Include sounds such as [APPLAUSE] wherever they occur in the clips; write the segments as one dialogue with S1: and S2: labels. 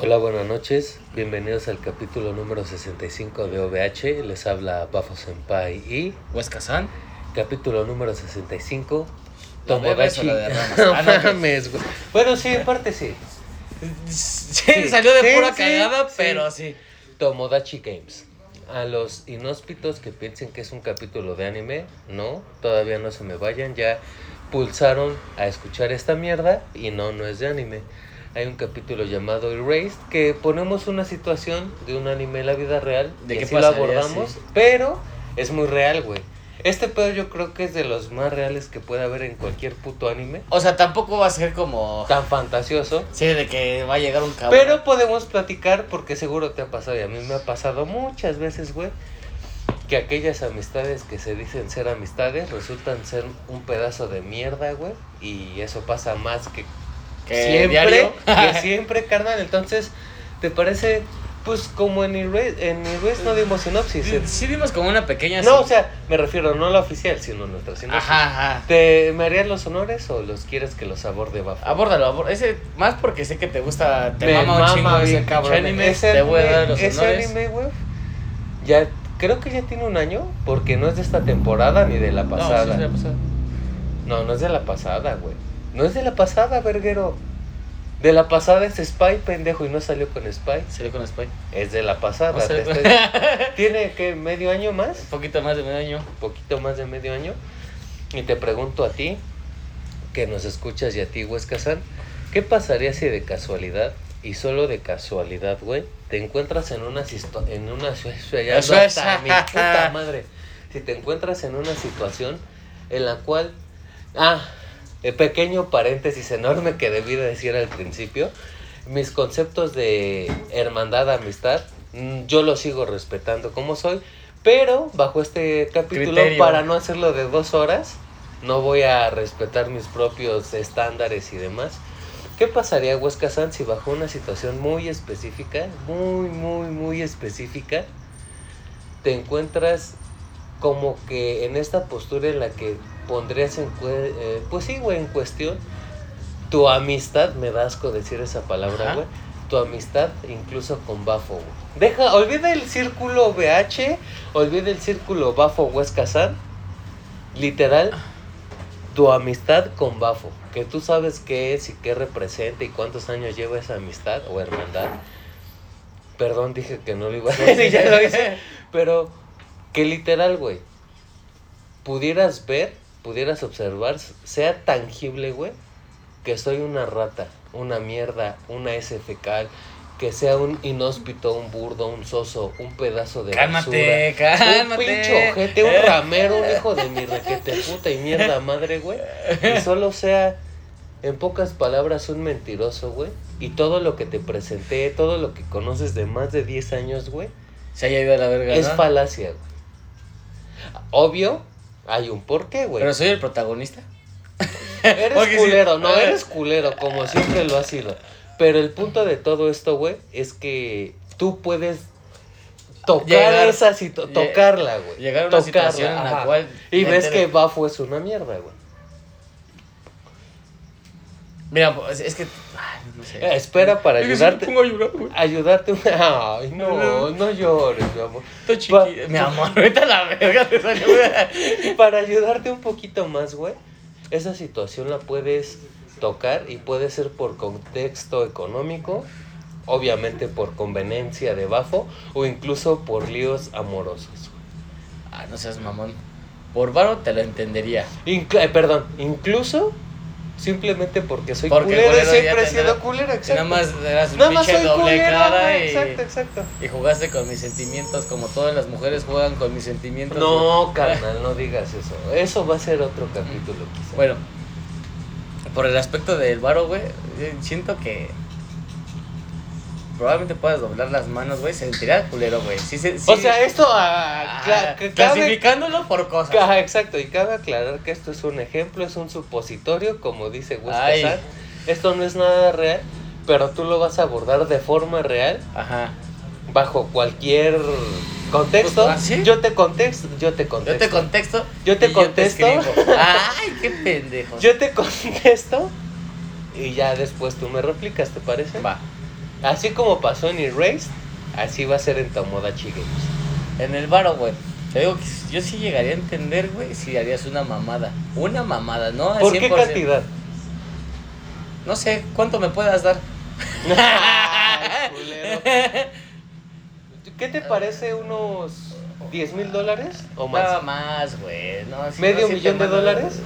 S1: Hola, buenas noches. Bienvenidos al capítulo número 65 de OVH. Les habla Bafo Senpai y
S2: Huesca-san.
S1: capítulo número 65.
S2: ¿La bebes o
S1: Tomodachi.
S2: la derramas? Ah, no,
S1: [LAUGHS]
S2: ok.
S1: Mames, güey. Bueno, sí, en parte sí.
S2: Sí, salió de
S1: sí,
S2: pura
S1: sí,
S2: cagada,
S1: sí.
S2: pero sí.
S1: Tomodachi Games. A los inhóspitos que piensen que es un capítulo de anime, no, todavía no se me vayan, ya pulsaron a escuchar esta mierda y no, no es de anime. Hay un capítulo llamado Erased que ponemos una situación de un anime en la vida real
S2: ¿De
S1: y
S2: qué
S1: así la
S2: pasaría
S1: abordamos,
S2: si-
S1: pero es muy real, güey. Este pedo yo creo que es de los más reales que puede haber en cualquier puto anime,
S2: O sea, tampoco va a ser como.
S1: tan fantasioso.
S2: Sí, de que va a llegar un cabrón.
S1: Pero podemos platicar porque seguro te ha pasado y a mí me ha pasado muchas veces, güey, que aquellas amistades que se dicen ser amistades resultan ser un pedazo de mierda, güey, y eso pasa más que
S2: Que
S1: siempre,
S2: diario. [LAUGHS]
S1: que siempre, carnal. Entonces, ¿te parece? Pues como en Erase, en Erase no dimos sinopsis.
S2: Sí,
S1: en-
S2: sí dimos como una pequeña.
S1: No, o sea, me refiero no la oficial, sino nuestra sinopsis.
S2: Ajá, ajá.
S1: ¿Te, ¿Me harías los honores o los quieres que los aborde bajo?
S2: Abórdalo, abor- ese Más porque sé que te gusta. Te
S1: Me
S2: mama un chingo
S1: mama
S2: ese
S1: bien,
S2: pinche
S1: cabrón.
S2: anime.
S1: Ese
S2: te voy a dar los
S1: ese
S2: honores.
S1: anime, güey, ya creo que ya tiene un año porque no es de esta temporada ni de la
S2: No, sí,
S1: pasada.
S2: sí, la pasada.
S1: No, no es de la pasada, güey. No es de la pasada, verguero. De la pasada es Spy, pendejo, y no salió con Spy.
S2: Salió con Spy.
S1: Es de la pasada.
S2: No [LAUGHS] sé.
S1: te estoy- ¿Tiene que medio año más?
S2: un poquito más de
S1: [LAUGHS]
S2: medio año.
S1: Poquito más de medio año. Y te pregunto a ti, que nos escuchas y a ti, Huescazán, ¿qué pasaría si de casualidad, y solo de casualidad, güey, te encuentras en una sisto- en una su- su- ya ando hasta mi puta madre. Si te encuentras en una situación en la cual ah, eh, pequeño paréntesis enorme que debí de decir al principio, mis conceptos de hermandad, amistad, mm, yo los sigo respetando como soy, pero bajo este capítulo
S2: Criterio.
S1: para no hacerlo de dos horas, no voy a respetar mis propios estándares y demás. ¿Qué pasaría, Huesca San, si bajo una situación muy específica, muy, muy, muy específica, te encuentras como que en esta postura en la que pondrías en, cue- eh, pues sí, güey, en cuestión tu amistad, me da asco decir esa palabra,
S2: Ajá.
S1: güey, tu amistad incluso con Bafo, güey. Deja, olvida el círculo BH, olvida el círculo Bafo Huesca San, literal, tu amistad con Bafo, que tú sabes qué es y qué representa y cuántos años lleva esa amistad o hermandad. Perdón, dije que no lo iba a decir, y ya lo hice. Pero que literal, güey, pudieras ver, pudieras observar, sea tangible, güey, que soy una rata, una mierda, una S fecal, que sea un inhóspito, un burdo, un soso, un pedazo de
S2: [LAUGHS] Cálmate,
S1: basura.
S2: cálmate.
S1: Un pinche ojete, un ramero, un hijo de mi requete puta y mierda madre, güey. Y solo sea, en pocas palabras, un mentiroso, güey. Y todo lo que te presenté, todo lo que conoces de más de 10 años, güey,
S2: Se haya ido a la verga.
S1: es
S2: ¿no?
S1: falacia, güey. Obvio, hay un porqué, güey.
S2: Pero soy el protagonista.
S1: [LAUGHS] Eres
S2: porque Ah. sí.
S1: culero, no,
S2: A ver.
S1: eres culero, como siempre lo has sido. Pero el punto de todo esto, güey, es que tú puedes tocar
S2: Llegar-
S1: esa situación,
S2: lle-
S1: tocarla, güey.
S2: Llegar a una
S1: Tocarla,
S2: situación en la
S1: ajá.
S2: cual.
S1: Y
S2: ya
S1: ves
S2: te-
S1: que Bafo es una mierda, güey.
S2: Mira, pues, es que. ay, no sé.
S1: Eh, espera para
S2: Es que sí
S1: ayudarte.
S2: me pongo a llorar, güey.
S1: Ayudarte. Ay, no, no llores, mi amor.
S2: Está chiqui- Mi amor, ahorita la verga te salió.
S1: [LAUGHS] Para ayudarte un poquito más, güey, esa situación la puedes tocar y puede ser por contexto económico, obviamente por conveniencia de bafo o incluso por líos amorosos.
S2: Ah, no seas mamón. Por varo te lo entendería.
S1: Inclu- eh, perdón, incluso simplemente porque soy
S2: Porque
S1: culero y
S2: culero ya
S1: siempre he sido
S2: tendrá-
S1: culero,
S2: Si
S1: exacto.
S2: nada más eras un
S1: Nada más
S2: pinche
S1: soy
S2: doble
S1: culero,
S2: cara
S1: güey,
S2: y,
S1: exacto, exacto.
S2: y jugaste con mis sentimientos como todas las mujeres juegan con mis sentimientos. güey. [LAUGHS]
S1: No, carnal, no digas eso. Eso va a ser otro capítulo, quizá.
S2: Bueno, por el aspecto del varo, güey, eh, siento que probablemente puedas doblar las manos, güey, sentirá culero, güey. Sí, se- sí,
S1: o sea, esto ah,
S2: ah,
S1: cla- que cabe-
S2: clasificándolo por cosas.
S1: Ajá, exacto, y cabe aclarar que esto es un ejemplo, es un supositorio, como dice Gus
S2: Ay.
S1: Casar. Esto no es nada real, pero tú lo vas a abordar de forma real,
S2: Ajá.
S1: bajo cualquier contexto.
S2: Pues, ¿ah, sí?
S1: Yo te contexto, yo te
S2: Yo te
S1: contesto.
S2: contexto.
S1: Yo te
S2: y
S1: contesto. [LAUGHS]
S2: escribo. Ay, qué pendejo.
S1: Yo te contesto y ya después tú me replicas, ¿te parece?
S2: Va.
S1: Así como pasó en Erased, así va a ser en Tomodachi Games.
S2: En el varo, güey. Te digo que yo sí llegaría a entender, güey, si harías una mamada. Una mamada, ¿no? Al
S1: ¿Por qué
S2: 100%.
S1: cantidad?
S2: No sé, ¿cuánto me puedas dar?
S1: Ay, culero. ¿Qué te parece unos 10 mil dólares Ah, o
S2: Nada
S1: más?
S2: más, güey. No, si
S1: ¿Medio
S2: no, sí te
S1: millón de
S2: mando-
S1: dólares?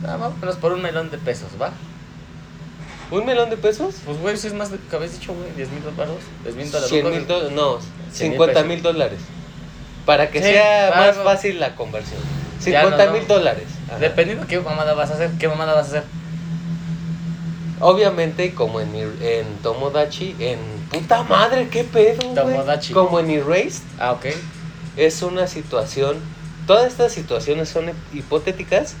S2: Nada más, pero es por un melón de pesos, ¿va?
S1: ¿Un melón de pesos?
S2: Pues, güey, si es más de lo que habéis dicho, güey. 10 mil dólares. 10 mil dólares.
S1: 100 mil dólares,
S2: dólares.
S1: no,
S2: Cien mil
S1: 50
S2: pesos.
S1: mil dólares. Para que
S2: Sí,
S1: sea
S2: va,
S1: más
S2: va.
S1: fácil la conversión.
S2: Ya,
S1: 50
S2: no,
S1: mil
S2: no.
S1: dólares. Ajá.
S2: Dependiendo qué mamada vas a hacer, qué mamada vas a hacer.
S1: Obviamente, como en, Ir- en Tomodachi, en puta madre, qué pedo, güey.
S2: Tomodachi.
S1: Como en Erased,
S2: Ah, ok.
S1: es una situación. Todas estas situaciones son hipotéticas,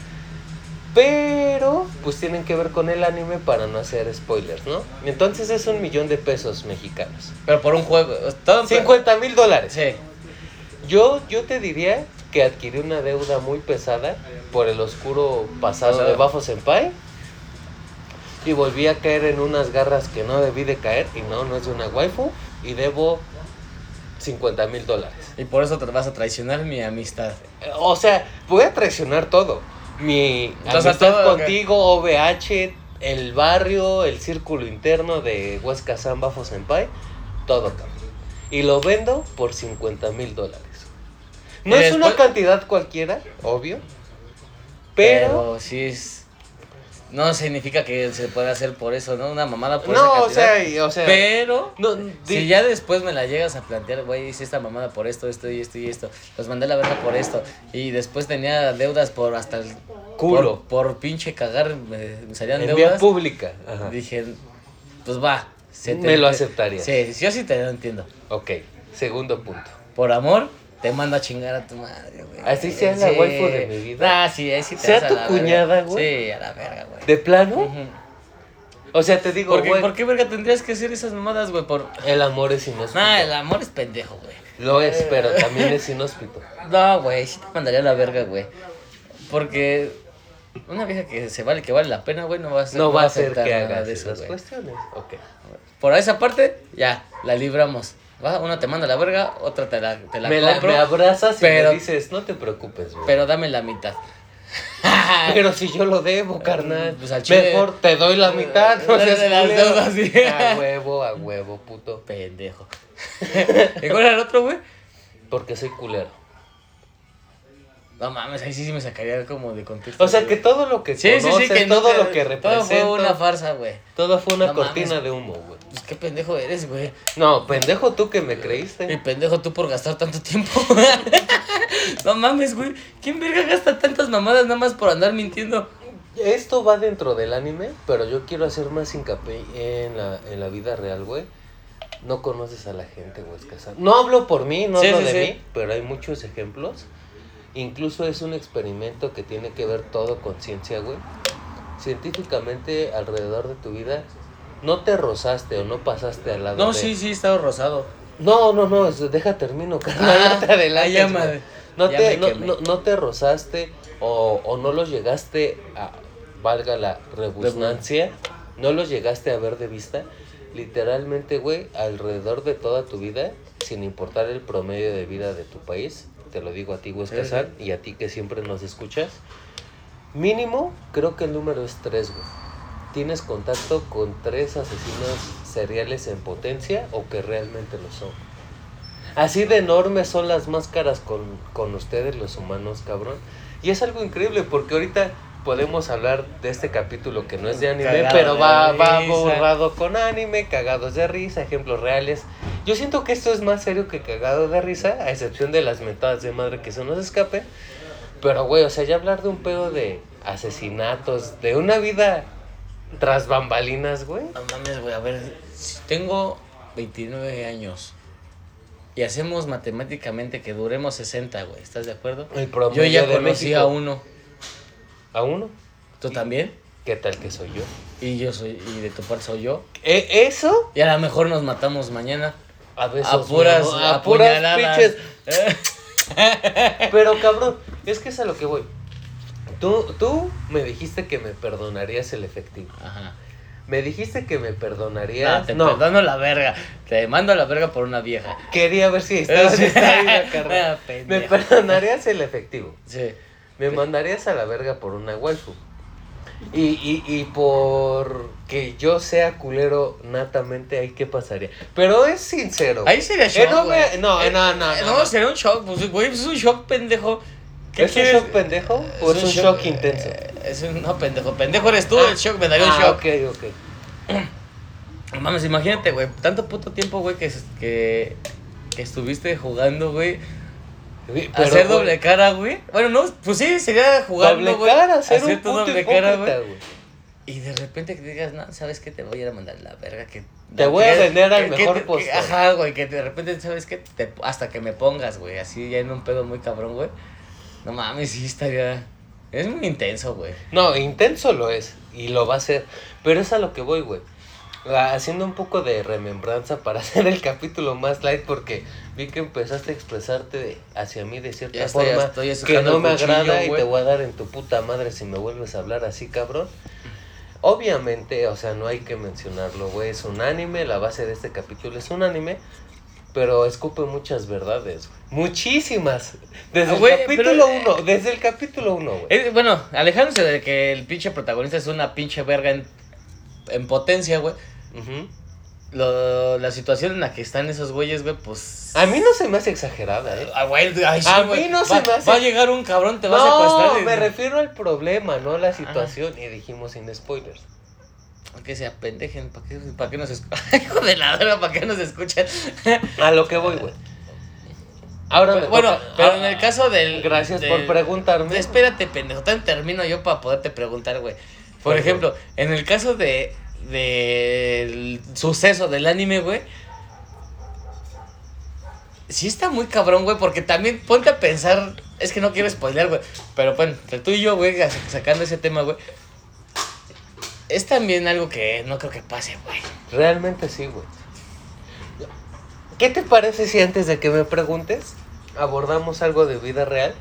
S1: pero pues tienen que ver con el anime para no hacer spoilers, ¿no? Entonces es un millón de pesos mexicanos.
S2: Pero por un juego. Todo en-
S1: 50 mil dólares.
S2: Sí.
S1: Yo, yo te diría que adquirí una deuda muy pesada por el oscuro pasado
S2: Pasado.
S1: de Bafo Senpai. Y volví a caer en unas garras que no debí de caer. Y no, no es de una waifu. Y debo 50 mil dólares.
S2: Y por eso te vas a traicionar mi amistad.
S1: Eh, O sea, voy a traicionar todo. Mi
S2: O sea,
S1: amistad
S2: todo, ok.
S1: contigo, OVH, el barrio, el círculo interno de Huesca San Bafo Senpai. Todo, cabrón. Y lo vendo por 50 mil dólares. No
S2: Y
S1: es una
S2: después-
S1: cantidad cualquiera, obvio. Pero...
S2: sí es. No significa que se pueda hacer por eso, ¿no? Una mamada por esa
S1: no, o
S2: cantidad.
S1: sea, y- o sea...
S2: Pero.
S1: no,
S2: Si
S1: di-
S2: ya después me la llegas a plantear, güey, hice esta mamada por esto, esto y esto y esto. Los mandé a la verga por esto. Y después tenía deudas por hasta el
S1: Culo.
S2: Por, por pinche cagar, me, me salían
S1: en vía
S2: deudas.
S1: pública. Ajá.
S2: Dije, pues va.
S1: Me lo aceptarías.
S2: Sí, yo sí te lo entiendo.
S1: Ok, segundo punto.
S2: Por amor, te mando a chingar a tu madre, güey.
S1: Así sea la waifu de mi vida.
S2: Ah, sí, ahí sí te
S1: Sea
S2: vas a
S1: tu
S2: la
S1: cuñada,
S2: verga.
S1: güey.
S2: Sí, a la verga, güey.
S1: ¿De plano?
S2: Ujú.
S1: O sea, te digo,
S2: ¿Por, qué,
S1: güey,
S2: por qué verga tendrías que hacer esas mamadas, güey? Por...
S1: el amor es inhóspito.
S2: Nah, el amor es pendejo, güey.
S1: Lo es,
S2: [LAUGHS]
S1: pero también es inhóspito.
S2: No, güey, sí te mandaría a la verga, güey. Porque una vieja que se vale, que vale la pena, güey, no va a ser,
S1: No va a ser
S2: aceptar
S1: que
S2: nada
S1: hagas
S2: de eso,
S1: esas
S2: güey.
S1: cuestiones. Ok.
S2: Por esa parte, ya, la libramos. Va, una te manda a la verga, otra te la, te la
S1: me, la-
S2: compro,
S1: me abrazas y
S2: pero-
S1: me dices, no te preocupes, güey. Ah.
S2: pero dame la mitad.
S1: [LAUGHS] Pero si yo lo debo, carnal.
S2: pues, al chile-
S1: Mejor te doy la mitad. No
S2: Dale
S1: seas
S2: las
S1: culero. [LAUGHS]
S2: deudas, sí.
S1: A huevo, a huevo, puto.
S2: Pendejo. [LAUGHS] ¿Y cuál era el otro, güey?
S1: Porque soy culero.
S2: No mames, ahí sí, sí me sacaría como de contexto.
S1: O sea, que
S2: güey.
S1: todo lo que
S2: Sí, sí,
S1: conoces,
S2: sí, que no
S1: todo
S2: te-
S1: lo que representa,
S2: Todo fue una farsa, güey. No mames.
S1: cortina de humo, güey.
S2: Pues qué pendejo eres, güey.
S1: No, pendejo tú que me
S2: Y
S1: creíste.
S2: pendejo tú por gastar tanto tiempo. [LAUGHS] no mames, güey. ¿Quién verga gasta tantas mamadas nada más por andar mintiendo?
S1: Esto va dentro del anime, pero yo quiero hacer más hincapié en la, en la vida real, güey. No conoces a la gente, güey, es casado. No hablo por mí, no
S2: Sí,
S1: hablo de
S2: sí, sí.
S1: mí, pero hay muchos ejemplos. Incluso es un experimento que tiene que ver todo con ciencia, güey. Científicamente, alrededor de tu vida, no te rozaste o no pasaste al lado
S2: No,
S1: de-
S2: sí, sí, estaba rosado.
S1: No, no, no, es- deja termino, [LAUGHS] carnal,
S2: Ah,
S1: no te adelantes,
S2: ah, ya,
S1: güey.
S2: madre.
S1: No
S2: Ya
S1: te,
S2: me
S1: no,
S2: quemé.
S1: no- no te rozaste o, o no los llegaste a, valga la rebusnancia, no los llegaste a ver de vista. Literalmente, güey, alrededor de toda tu vida, sin importar el promedio de vida de tu país, te lo digo a ti, Huesca
S2: Sí,
S1: San, y a ti que siempre nos escuchas, mínimo, creo que el número es tres, güey. Tienes contacto con tres asesinos seriales en potencia o que realmente lo son. Así de enormes son las máscaras con, con ustedes los humanos, cabrón. Y es algo increíble porque ahorita podemos hablar de este capítulo que no es de anime,
S2: Cagado
S1: pero
S2: de
S1: va, va
S2: risa.
S1: borrado con anime, cagados de risa, ejemplos reales. Yo siento que esto es más serio que cagado de risa, a excepción de las mentadas de madre que se nos escapen. Pero, güey, o sea, ya hablar de un pedo de asesinatos, de una vida tras bambalinas, güey.
S2: No mames, güey, a ver, si tengo 29 años y hacemos matemáticamente que duremos 60, güey, ¿estás de acuerdo?
S1: El promedio
S2: Yo ya
S1: de
S2: conocí
S1: México.
S2: a uno,
S1: A uno.
S2: tú también,
S1: ¿Qué tal que soy yo?
S2: y yo soy, y de tu parte soy yo,
S1: E- eso,
S2: y a lo mejor nos matamos mañana.
S1: a veces.
S2: A puras,
S1: no,
S2: a
S1: a puras
S2: puñaladas.
S1: pinches. [LAUGHS] Pero, cabrón, es que es a lo que voy. Tú, tú me dijiste que me perdonarías el efectivo.
S2: Ajá.
S1: Me dijiste que me perdonarías.
S2: No, te perdono la verga. Te mando a la verga por una vieja.
S1: Quería ver si
S2: [LAUGHS]
S1: estabas
S2: Sí.
S1: distraída, carnal.
S2: Ah,
S1: Me
S2: pendejo.
S1: perdonarías el efectivo.
S2: Sí.
S1: Me mandarías a la verga por una waifu. Y, y, y por que yo sea culero natamente, ahí qué pasaría. Pero es sincero.
S2: Ahí sería
S1: Eh,
S2: shock.
S1: no, me-
S2: güey.
S1: no,
S2: Eh,
S1: no, no,
S2: eh,
S1: no, no.
S2: sería un shock. Pues, güey, pues es un shock, pendejo. ¿Qué
S1: ¿Es un
S2: quieres?
S1: shock pendejo o es un shock intenso?
S2: eh, Es un, no, pendejo. Pendejo eres tú,
S1: Ah.
S2: el shock me daría un
S1: Ah,
S2: shock.
S1: Ok, ok.
S2: No Mames, imagínate, güey. Tanto puto tiempo, güey, que, que, que estuviste jugando, güey.
S1: Sí, pero,
S2: Hacer
S1: güey,
S2: doble cara, güey. Bueno, no, pues sí, sería jugando,
S1: doble
S2: güey.
S1: cara, hacer un
S2: tu
S1: puto hipócrita, güey.
S2: Y de repente que te digas, no, ¿sabes qué? Te voy a ir a mandar la verga que...
S1: Te voy a
S2: que-
S1: vender al
S2: que-
S1: mejor
S2: que- que-
S1: postor.
S2: Ajá, güey, que de repente, ¿sabes qué? Te- hasta que me pongas, güey, así ya en un pedo muy cabrón, güey. No mames, sí estaría... Es muy intenso, güey.
S1: No, intenso lo es y lo va a ser. Pero es a lo que voy, güey. Ah, Haciendo un poco de remembranza para [LAUGHS] hacer el capítulo más light porque vi que empezaste a expresarte de- hacia mí de cierta
S2: Ya estoy-
S1: forma
S2: ya estoy
S1: que
S2: sacando
S1: no
S2: el
S1: me
S2: cuchillo,
S1: agrada y
S2: güey.
S1: te voy a dar en tu puta madre si me vuelves a hablar así, cabrón. Obviamente, o sea, no hay que mencionarlo, güey. Es un anime, la base de este capítulo es un anime, pero escupe muchas verdades, güey. Muchísimas. Desde
S2: Ah,
S1: el
S2: güey,
S1: capítulo
S2: pero- eh,
S1: 1, desde el capítulo 1, güey.
S2: Es- bueno, alejándose de que el pinche protagonista es una pinche verga en, en potencia, güey.
S1: Ujú.
S2: Lo- La situación en la que están esos güeyes, güey, pues...
S1: A mí no se me hace exagerada, ¿eh?
S2: Ah, güey, ay, sí,
S1: A
S2: güey.
S1: mí no
S2: Va-
S1: se me hace-
S2: Va a llegar un cabrón, te va a
S1: No,
S2: secuestrar. y-
S1: me refiero al problema, no a la situación. Y dijimos sin spoilers.
S2: Que se apendejen, ¿para qué, pa' qué nos [LAUGHS] escuchan? Hijo de la verga, ¿para qué nos escuchan? [LAUGHS]
S1: A lo que voy, güey. Ahora me
S2: bueno,
S1: toca-
S2: pero
S1: ah,
S2: en el caso del.
S1: Gracias
S2: del-
S1: por preguntarme.
S2: Espérate, pendejo, tan termino yo para poderte preguntar, güey. Por
S1: Perdón.
S2: ejemplo, en el caso de. del suceso del anime, güey. Sí está muy cabrón, güey, porque también ponte a pensar. Es que no quiero spoilear, güey. Pero bueno, entre tú y yo, güey, sac- sacando ese tema, güey. Es también algo que no creo que pase, güey.
S1: Realmente sí, güey. ¿Qué te parece si antes de que me preguntes abordamos algo de vida real?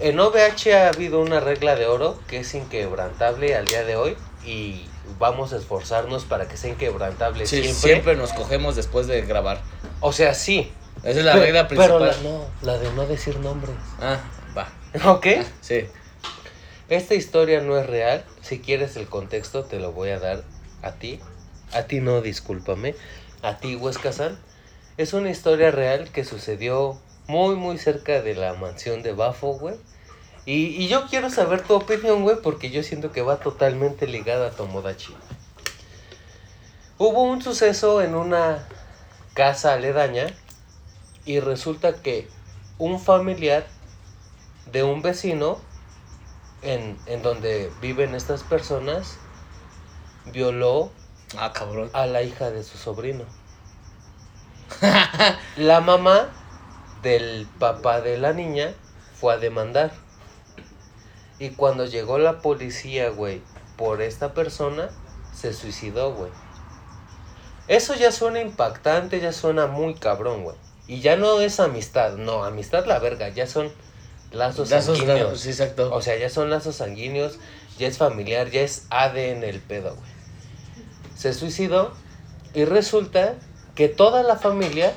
S1: En OVH ha habido una regla de oro que es inquebrantable al día de hoy y vamos a esforzarnos para que sea inquebrantable
S2: Sí, siempre.
S1: siempre.
S2: nos cogemos después de grabar.
S1: O sea, sí.
S2: Esa es la
S1: Pe-
S2: regla
S1: pero
S2: principal.
S1: la- no, la de no decir nombres.
S2: Ah, va. ah,
S1: ¿Ok?
S2: Sí.
S1: Esta historia no es real. Si quieres el contexto, te lo voy a dar a ti. A ti no, discúlpame. A ti, Huesca San. Es una historia real que sucedió muy, muy cerca de la mansión de Bafo, güey. Y, y yo quiero saber tu opinión, güey, porque yo siento que va totalmente ligada a Tomodachi. Hubo un suceso en una casa aledaña y resulta que un familiar de un vecino en, en donde viven estas personas violó
S2: Ah, cabrón.
S1: a la hija de su sobrino. La mamá del papá de la niña fue a demandar. Y cuando llegó la policía, güey, por esta persona, se suicidó, güey. Eso ya suena impactante, ya suena muy cabrón, güey. Y ya no es amistad, no, amistad la verga, ya son lazos,
S2: Lazos
S1: sanguíneos.
S2: raros, sí, exacto.
S1: O sea, ya son lazos sanguíneos, ya es familiar, ya es ADN el pedo, güey. Se suicidó y resulta que toda la familia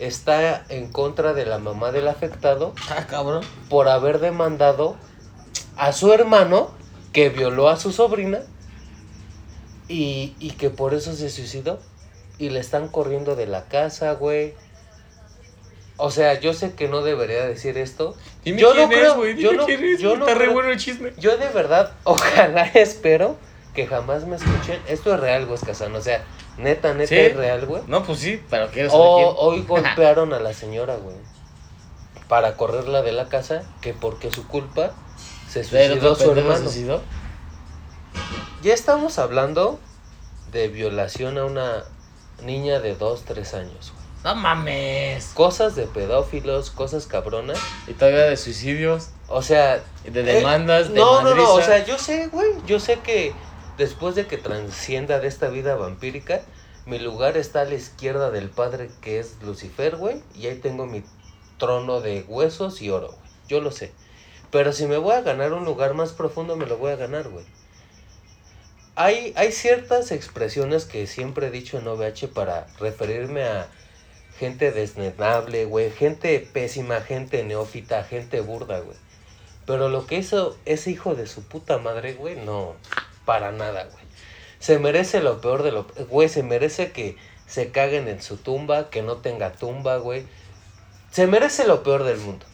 S1: está en contra de la mamá del afectado
S2: ah, cabrón.
S1: por haber demandado a su hermano que violó a su sobrina y, y que por eso se suicidó. Y le están corriendo de la casa, güey. O sea, yo sé que no debería decir esto.
S2: Dime
S1: yo
S2: quién
S1: no
S2: es,
S1: creo,
S2: güey,
S1: yo
S2: dime
S1: no-
S2: quién es,
S1: yo
S2: güey,
S1: no
S2: Está re
S1: creo-
S2: bueno el chisme.
S1: yo de verdad, [LAUGHS] ojalá espero que jamás me escuchen. Esto es real, güey, Escazán, O sea, neta, neta
S2: Sí.
S1: es real, güey.
S2: No, pues sí, pero quiero saber
S1: O,
S2: quién. [LAUGHS]
S1: hoy [LAUGHS] golpearon a la señora, güey. Para correrla de la casa, que porque su culpa se
S2: Del
S1: suicidó
S2: otro
S1: su
S2: pendejo
S1: hermano.
S2: suicidó.
S1: Ya estamos hablando de violación a una niña de 2, 3 años. güey.
S2: No mames.
S1: Cosas de pedófilos, cosas cabronas.
S2: Y todavía de suicidios,
S1: O sea,
S2: de demandas,
S1: Eh,
S2: de
S1: no, no, no, o
S2: madriza.
S1: sea, yo sé, güey, yo sé que después de que transcienda de esta vida vampírica, mi lugar está a la izquierda del padre que es Lucifer, güey, y ahí tengo mi trono de huesos y oro, güey. Yo lo sé. Pero si me voy a ganar un lugar más profundo, me lo voy a ganar, güey. hay, hay ciertas expresiones que siempre he dicho en OVH para referirme a gente desnedable, güey, gente pésima, gente neófita, gente burda, güey. Pero lo que hizo ese hijo de su puta madre, güey, no, para nada, güey. Se merece lo peor de lo... Güey, se merece que se caguen en su tumba, que no tenga tumba, güey. Se merece lo peor del mundo.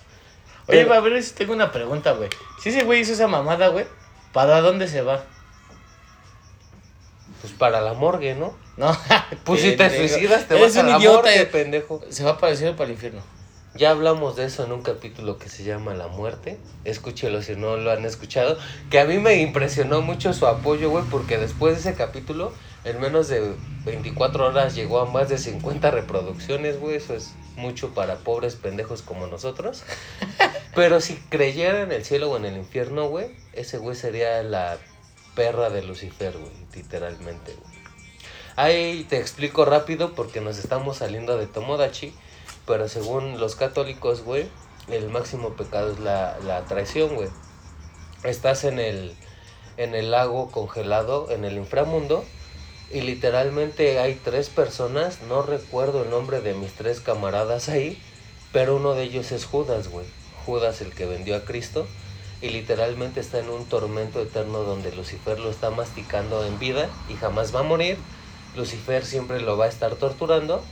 S2: Oye,
S1: Pero-
S2: va a ver si tengo una pregunta, güey. Si ese güey hizo esa mamada, güey, ¿para dónde se va?
S1: Pues para la morgue, ¿no?
S2: No.
S1: [LAUGHS] Pues si te
S2: pendejo.
S1: suicidas te
S2: Eres
S1: vas a
S2: un
S1: la
S2: idiota.
S1: morgue,
S2: eh.
S1: pendejo.
S2: Se va para el cielo o para el infierno.
S1: Ya hablamos de eso en un capítulo que se llama La Muerte. Escúchelo si no lo han escuchado. Que a mí me impresionó mucho su apoyo, güey, porque después de ese capítulo, en menos de 24 horas llegó a más de 50 reproducciones, güey. Eso es mucho para pobres pendejos como nosotros. Pero si creyera en el cielo o en el infierno, güey, ese güey sería la perra de Lucifer, güey, literalmente, güey. Ahí te explico rápido porque nos estamos saliendo de Tomodachi. Pero según los católicos, güey, el máximo pecado es la, la traición, güey. Estás en el, en el lago congelado, en el inframundo, y literalmente hay tres personas, no recuerdo el nombre de mis tres camaradas ahí, pero uno de ellos es Judas, güey. Judas el que vendió a Cristo, y literalmente está en un tormento eterno donde Lucifer lo está masticando en vida y jamás va a morir. Lucifer siempre lo va a estar torturando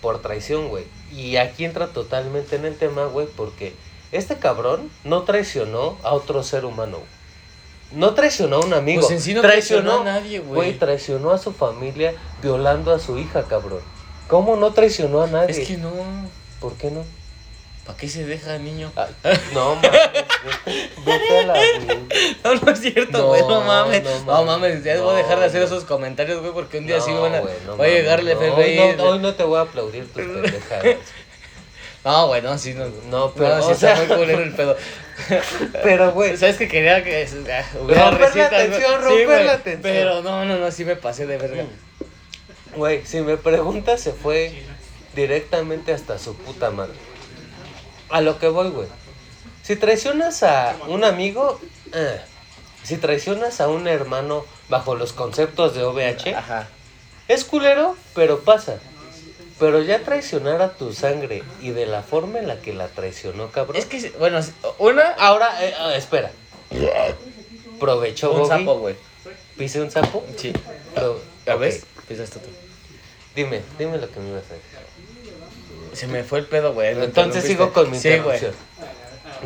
S1: por traición, güey. Y aquí entra totalmente en el tema, güey, porque este cabrón no traicionó a otro ser humano. güey. No traicionó a un amigo.
S2: Pues en sí no traicionó a nadie, güey.
S1: Güey, traicionó a su familia violando a su hija, cabrón. ¿Cómo no traicionó a nadie?
S2: Es que no.
S1: ¿Por qué no?
S2: ¿Para qué se deja, niño?
S1: Ay, no,
S2: [LAUGHS]
S1: mames. vete- Vete a la...
S2: No, no es cierto,
S1: No,
S2: güey. No, mames.
S1: no
S2: No
S1: mames.
S2: mames. Ya voy a dejar de hacer
S1: No,
S2: esos comentarios, güey, porque un día sí
S1: No,
S2: van a.
S1: güey, no
S2: voy a llegar
S1: mames,
S2: el
S1: no,
S2: FBI.
S1: hoy no- hoy no te voy a aplaudir
S2: [LAUGHS]
S1: tus pendejadas.
S2: No, güey, no, sí, no.
S1: No, pero,
S2: No,
S1: o
S2: sí está
S1: sea-
S2: muy culero el pedo.
S1: Pero, [LAUGHS] güey,
S2: ¿Sabes que quería que es- ah, hubiera
S1: Romper la
S2: recitas, güey?
S1: tensión,
S2: Sí,
S1: romper
S2: güey,
S1: la tensión.
S2: Pero no, no, no, sí me pasé de verga.
S1: mm, güey, si me preguntas, se fue directamente hasta su puta madre. A lo que voy, güey. Si traicionas a un amigo, eh. si traicionas a un hermano bajo los conceptos de OVH,
S2: Ajá.
S1: Es culero, pero pasa. Pero ya traicionar a tu sangre y de la forma en la que la traicionó, cabrón.
S2: Es que, bueno, una.
S1: Ahora, eh, ah, espera. Provechó
S2: Un
S1: Bobby.
S2: sapo, güey.
S1: ¿Pise un sapo?
S2: Sí.
S1: Pro-
S2: ¿Ya
S1: ok.
S2: ves? Pisaste tú.
S1: Dime, dime lo que me ibas a decir.
S2: Se me fue el pedo, güey. me
S1: Entonces
S2: interrumpiste.
S1: sigo con mi
S2: Sí, güey.
S1: interrupción.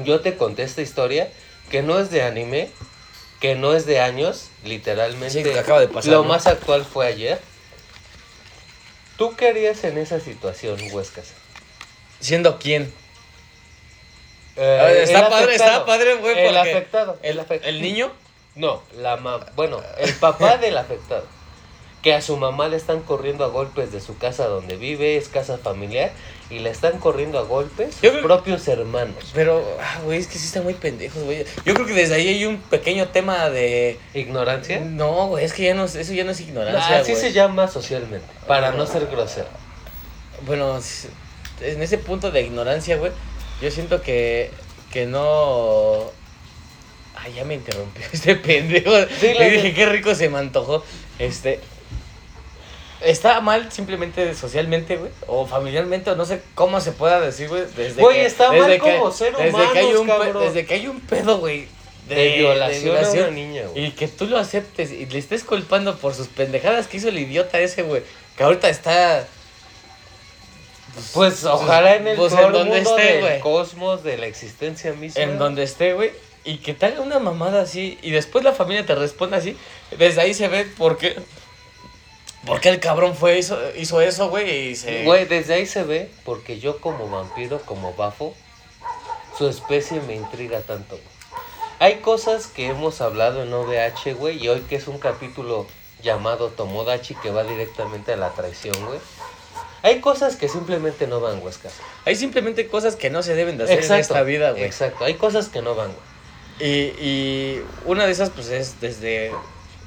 S1: Yo te conté esta historia que no es de anime, que no es de años, literalmente.
S2: Sí, que acaba de pasar,
S1: Lo
S2: ¿no?
S1: más actual fue ayer. ¿Tú qué harías en esa situación, Huescas?
S2: ¿Siendo quién?
S1: Eh,
S2: A ver, está
S1: el
S2: padre,
S1: afectado.
S2: está padre, güey.
S1: El
S2: porque-
S1: afectado.
S2: El,
S1: afectado.
S2: el niño.
S1: No, la ma Bueno, [LAUGHS] el papá del afectado. Que a su mamá le están corriendo a golpes de su casa donde vive, es casa familiar, y le están corriendo a golpes sus
S2: Yo creo-
S1: propios hermanos.
S2: Pero, ah, güey, es que sí están muy pendejos, güey. Yo creo que desde ahí hay un pequeño tema de.
S1: ¿Ignorancia?
S2: No, güey, es que ya no, es- eso ya no es ignorancia.
S1: Mm, Así
S2: güey.
S1: se llama socialmente, para no ser grosero.
S2: Bueno, s- en ese punto de ignorancia, güey, yo siento que, que no... Ay, ya me interrumpió [LAUGHS] este pendejo.
S1: Dile,
S2: Le dije,
S1: dile.
S2: qué rico se me antojó. Este... Está mal simplemente socialmente, güey, o familiarmente, o no sé cómo se pueda decir, güey, desde
S1: Güey,
S2: que...
S1: está mal
S2: desde
S1: como ser
S2: desde que hay
S1: humanos,
S2: un pe-
S1: cabrón.
S2: Desde que hay un pedo, güey,
S1: De, violación, a una niña, güey.
S2: y que tú lo aceptes y le estés culpando por sus pendejadas que hizo el idiota ese, güey. Que ahorita está.
S1: Pues ojalá en el
S2: pues, en
S1: peor
S2: donde
S1: mundo
S2: esté,
S1: del
S2: güey.
S1: cosmos, de la existencia misma.
S2: En donde esté, güey. Y que te haga una mamada así. Y después la familia te responda así. Desde ahí se ve por qué. ¿Por qué el cabrón fue, hizo, hizo eso, güey? Y se.
S1: Güey, desde ahí se ve, porque yo como vampiro, como bafo, su especie me intriga tanto. güey. Hay cosas que hemos hablado en OVH, güey, y hoy que es un capítulo llamado Tomodachi que va directamente a la traición, güey. Hay cosas que simplemente no van, Huesca.
S2: Hay simplemente cosas que no se deben de hacer en esta vida, güey.
S1: Exacto, hay cosas que no van, güey.
S2: Y, y una de esas, pues, es desde...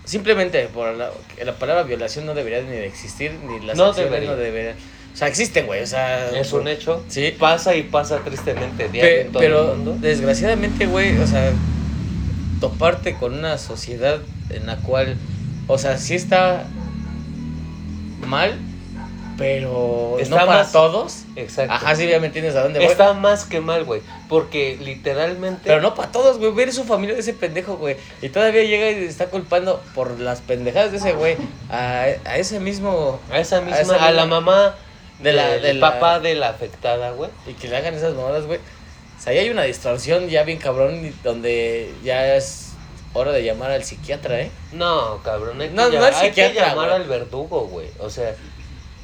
S2: Simplemente por la, la palabra violación no debería ni de existir, ni las
S1: No
S2: acciones
S1: debería.
S2: no deberían. O sea, existen, güey, o sea...
S1: Es un hecho.
S2: Sí.
S1: Pasa y pasa tristemente diario
S2: Pe-
S1: en todo
S2: pero
S1: el mundo.
S2: desgraciadamente, güey, o sea, toparte con una sociedad en la cual O sea, sí está mal, pero
S1: Está
S2: no para
S1: más-
S2: todos.
S1: Exacto.
S2: Ajá, sí, ya me entiendes a dónde voy.
S1: Está más que mal, güey. Porque literalmente.
S2: Pero no para todos, güey. Ver su familia de ese pendejo, güey. Y todavía llega y está culpando por las pendejadas de ese güey a, a ese mismo.
S1: A esa misma. A,
S2: esa
S1: la
S2: misma-
S1: mamá.
S2: de la-
S1: del
S2: de la-
S1: papá de la afectada, güey.
S2: Y que le hagan esas mamadas, güey. O sea, ahí hay una distorsión ya bien cabrón y donde ya es hora de llamar al psiquiatra, ¿eh?
S1: No, cabrón. Hay que,
S2: No, no
S1: llam-
S2: al
S1: hay que
S2: psiquiatra,
S1: llamar
S2: güey.
S1: al verdugo, güey. O sea.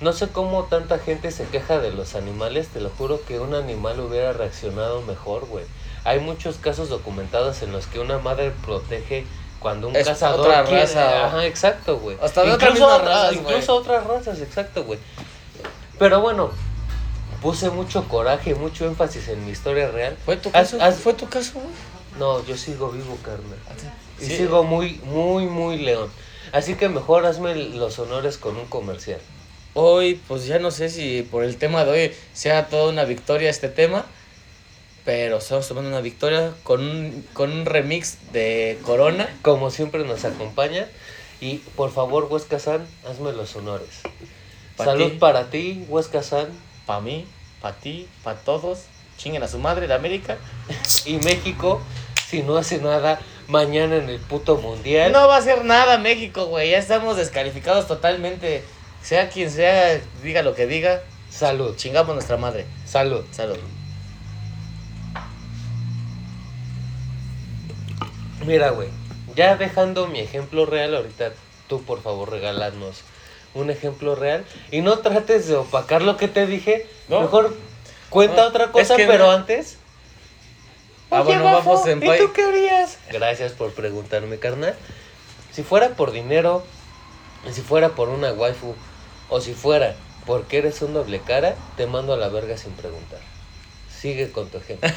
S1: No sé cómo tanta gente se queja de los animales, te lo juro que un animal hubiera reaccionado mejor, güey. Hay muchos casos documentados en los que una madre protege cuando un
S2: Es
S1: cazador
S2: otra
S1: quiere-
S2: raza.
S1: Ajá, exacto, güey.
S2: Hasta de otras mismas razas, güey.
S1: incluso otras razas, exacto, güey. Pero bueno, puse mucho coraje, mucho énfasis en mi historia real.
S2: ¿Fue tu
S1: Haz-
S2: caso?
S1: haz-
S2: ¿Fue tu caso, güey?
S1: No, yo sigo vivo, carnal. Y
S2: Sí.
S1: sigo muy, muy, muy león. Así que mejor hazme los honores con un comercial.
S2: Hoy, pues ya no sé si por el tema de hoy sea toda una victoria este tema, pero estamos tomando una victoria con un, con un remix de Corona.
S1: Como siempre nos acompaña. Y por favor, Huesca San, hazme los honores.
S2: Pa'
S1: Salud
S2: ti.
S1: para ti, Huesca San.
S2: Pa' mí, pa' ti, pa' todos. Chinguen a su madre, la América.
S1: Y México, si no hace nada, mañana en el puto mundial.
S2: No va a hacer nada México, güey. Ya estamos descalificados totalmente. Sea quien sea, diga lo que diga,
S1: Salud,
S2: chingamos nuestra madre.
S1: salud.
S2: Salud.
S1: Mira, güey, ya dejando mi ejemplo real, ahorita tú por favor regalarnos un ejemplo real y no trates de opacar lo que te dije.
S2: No.
S1: Mejor cuenta
S2: No,
S1: otra
S2: es
S1: cosa,
S2: que
S1: pero
S2: no-
S1: antes.
S2: Ah, bueno,
S1: Bafo,
S2: vamos en
S1: ¿Y
S2: pay-
S1: tú qué harías? Gracias por preguntarme, carnal. Si fuera por dinero, y si fuera por una waifu, o si fuera porque eres un doble cara, te mando a la verga sin preguntar. Sigue con tu [LAUGHS] ejemplo.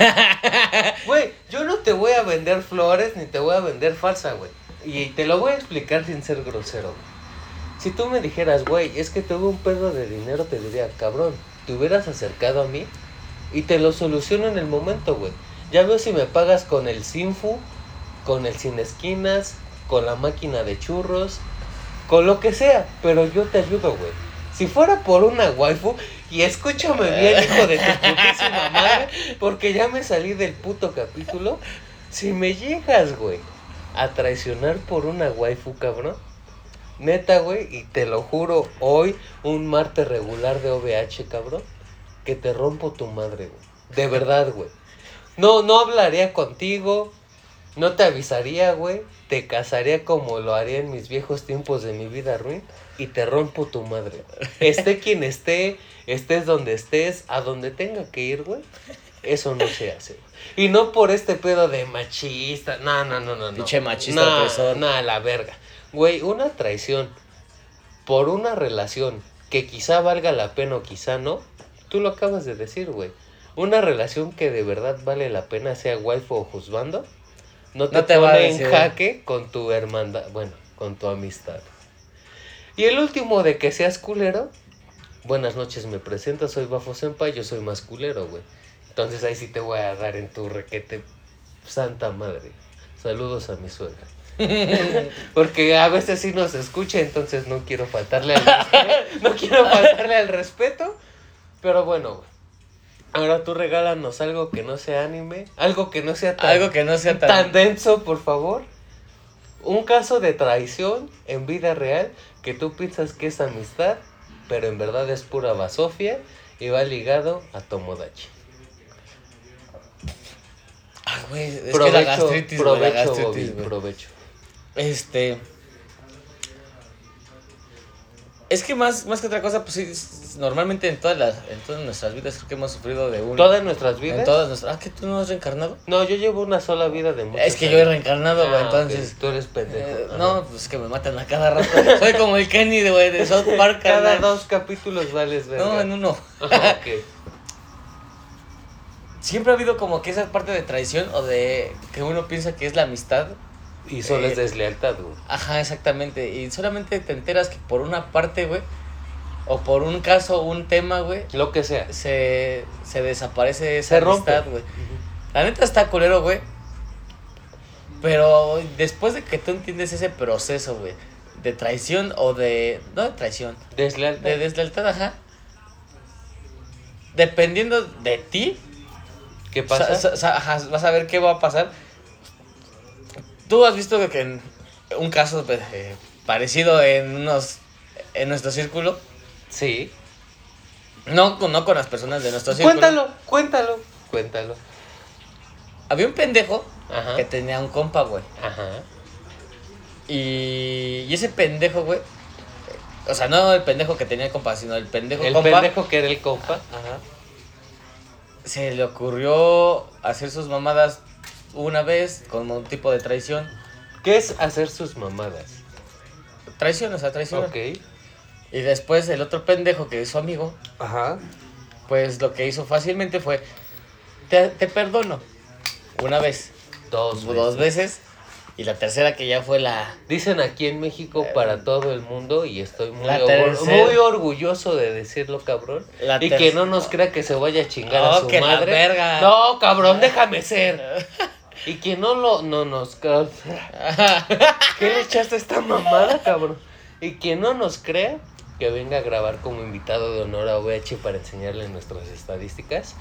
S1: Güey, yo no te voy a vender flores ni te voy a vender falsa, güey. Y te lo voy a explicar sin ser grosero. güey. Si tú me dijeras, güey, es que tuve un pedo de dinero, te diría, cabrón, te hubieras acercado a mí y te lo soluciono en el momento, güey. Ya veo si me pagas con el Sinfu, con el Sin Esquinas, con la máquina de churros, con lo que sea, pero yo te ayudo, güey. Si fuera por una waifu, y escúchame bien, hijo de tu putísima madre, porque ya me salí del puto capítulo. Si me llegas, güey, a traicionar por una waifu, cabrón. Neta, güey, y te lo juro, hoy, un martes regular de OVH, cabrón, que te rompo tu madre, güey. De verdad, güey. No, no hablaría contigo, no te avisaría, güey. Te casaría como lo haría en mis viejos tiempos de mi vida ruin y te rompo tu madre.
S2: [LAUGHS]
S1: Esté quien esté, estés donde estés, a donde tenga que ir, güey. Eso no se hace. güey. Y no por este pedo de machista. No, no, no, no. no.
S2: Pinche machista
S1: No,
S2: opresor.
S1: no, a la verga. Güey, una traición por una relación que quizá valga la pena o quizá no. Tú lo acabas de decir, güey. Una relación que de verdad vale la pena, sea waifu o juzbando, no te,
S2: No te va a
S1: pone en
S2: decir.
S1: jaque con tu hermandad, bueno, con tu amistad. Y el último de que seas culero, buenas noches, me presento, soy Bafo Senpai, yo soy más culero, güey. Entonces ahí sí te voy a dar en tu requete, santa madre. Saludos a mi suegra. [LAUGHS] Porque a veces sí nos escucha, entonces no quiero faltarle al
S2: [LAUGHS]
S1: respeto. No quiero faltarle al respeto. Pero bueno, güey. Ahora tú regálanos algo que no sea anime, algo que no sea tan,
S2: Algo que no sea tan...
S1: tan denso, por favor. Un caso de traición en vida real que tú piensas que es amistad, pero en verdad es pura basofia y va ligado a Tomodachi.
S2: Ah, güey, es que la gastritis, güey, la
S1: provecho,
S2: gastritis,
S1: Bobby,
S2: güey.
S1: provecho.
S2: Este. Es que más, más que otra cosa, pues sí, es- normalmente en todas las, en todas nuestras vidas creo que hemos sufrido de un.
S1: Todas nuestras
S2: en
S1: vidas.
S2: todas nuestras. Ah, que tú no has reencarnado.
S1: No, yo llevo una sola vida de muchos
S2: es que yo he
S1: años.
S2: reencarnado, güey,
S1: Ah,
S2: entonces.
S1: ok, Tú eres pendejo.
S2: eh,
S1: Ajá.
S2: no, pues que me matan a cada rato. Soy como el Kenny de, güey, de South Park.
S1: Cada
S2: carnal.
S1: dos capítulos vales verga.
S2: No, en Eh, uno.
S1: Ajá,
S2: [LAUGHS]
S1: ok.
S2: Siempre ha habido como que esa parte de traición o de que uno piensa que es la amistad
S1: Y solo
S2: Eh,
S1: es deslealtad, güey.
S2: Ajá, exactamente. Y solamente te enteras que por una parte, güey, o por un caso, un tema, güey,
S1: Lo que sea.
S2: se, se desaparece esa
S1: Se rompe.
S2: amistad, güey. La neta está culero, güey. Pero después de que tú entiendes ese proceso, güey, de traición o de. No de traición.
S1: Deslealtad.
S2: De deslealtad, ajá. Dependiendo de ti,
S1: ¿Qué pasa?
S2: sa- sa- sa- ajá, vas a ver qué va a pasar. Tú has visto que en un caso pues, eh, parecido en unos en nuestro círculo,
S1: sí.
S2: no, con- no con las personas de nuestro círculo.
S1: Cuéntalo, cuéntalo, cuéntalo.
S2: Había un pendejo
S1: Ajá.
S2: que tenía un compa, güey.
S1: Ajá.
S2: Y, y ese pendejo, güey. O sea, no el pendejo que tenía el compa, sino el pendejo
S1: El
S2: compa.
S1: pendejo que era el compa.
S2: Ajá. Se le ocurrió hacer sus mamadas una vez con un tipo de traición.
S1: ¿Qué es hacer sus mamadas?
S2: Traición, o sea, traición.
S1: Ok.
S2: Y después el otro pendejo que es su amigo,
S1: Ajá.
S2: pues lo que hizo fácilmente fue, te, te perdono. Una vez, pues,
S1: Dos.
S2: dos
S1: veces.
S2: veces, y la tercera que ya fue la...
S1: Dicen aquí en México
S2: Eh,
S1: para todo el mundo y estoy muy,
S2: la
S1: orgu-
S2: tercera.
S1: muy orgulloso de decirlo, cabrón.
S2: La
S1: y
S2: ter-
S1: que no nos crea que se vaya a chingar a
S2: Oh,
S1: su
S2: que la
S1: madre.
S2: verga. Eh,
S1: No, cabrón, déjame ser. Y que no lo no nos ca- [LAUGHS] ¿Qué le echaste a esta mamada, cabrón? Y que no nos crea que venga a grabar como invitado de honor a OVH para enseñarle nuestras estadísticas.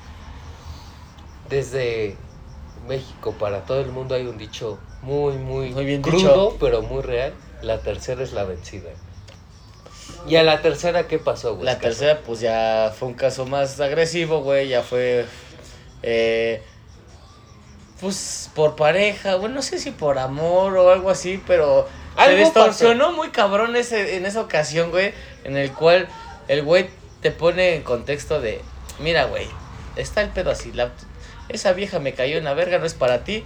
S1: Desde México para todo el mundo hay un dicho muy, muy,
S2: Muy bien
S1: crudo,
S2: dicho.
S1: pero muy real. La tercera es la vencida. ¿Y a la tercera qué pasó, güey?
S2: La tercera, pues ya fue un caso más agresivo, güey. Ya fue. eh, pues por pareja, bueno, no sé si por amor o algo así, pero. Se
S1: Algo
S2: distorsionó muy cabrón ese, en esa ocasión, güey. En el cual el güey te pone en contexto de: Mira, güey, está el pedo así. la- esa vieja me cayó en la verga, no es para ti.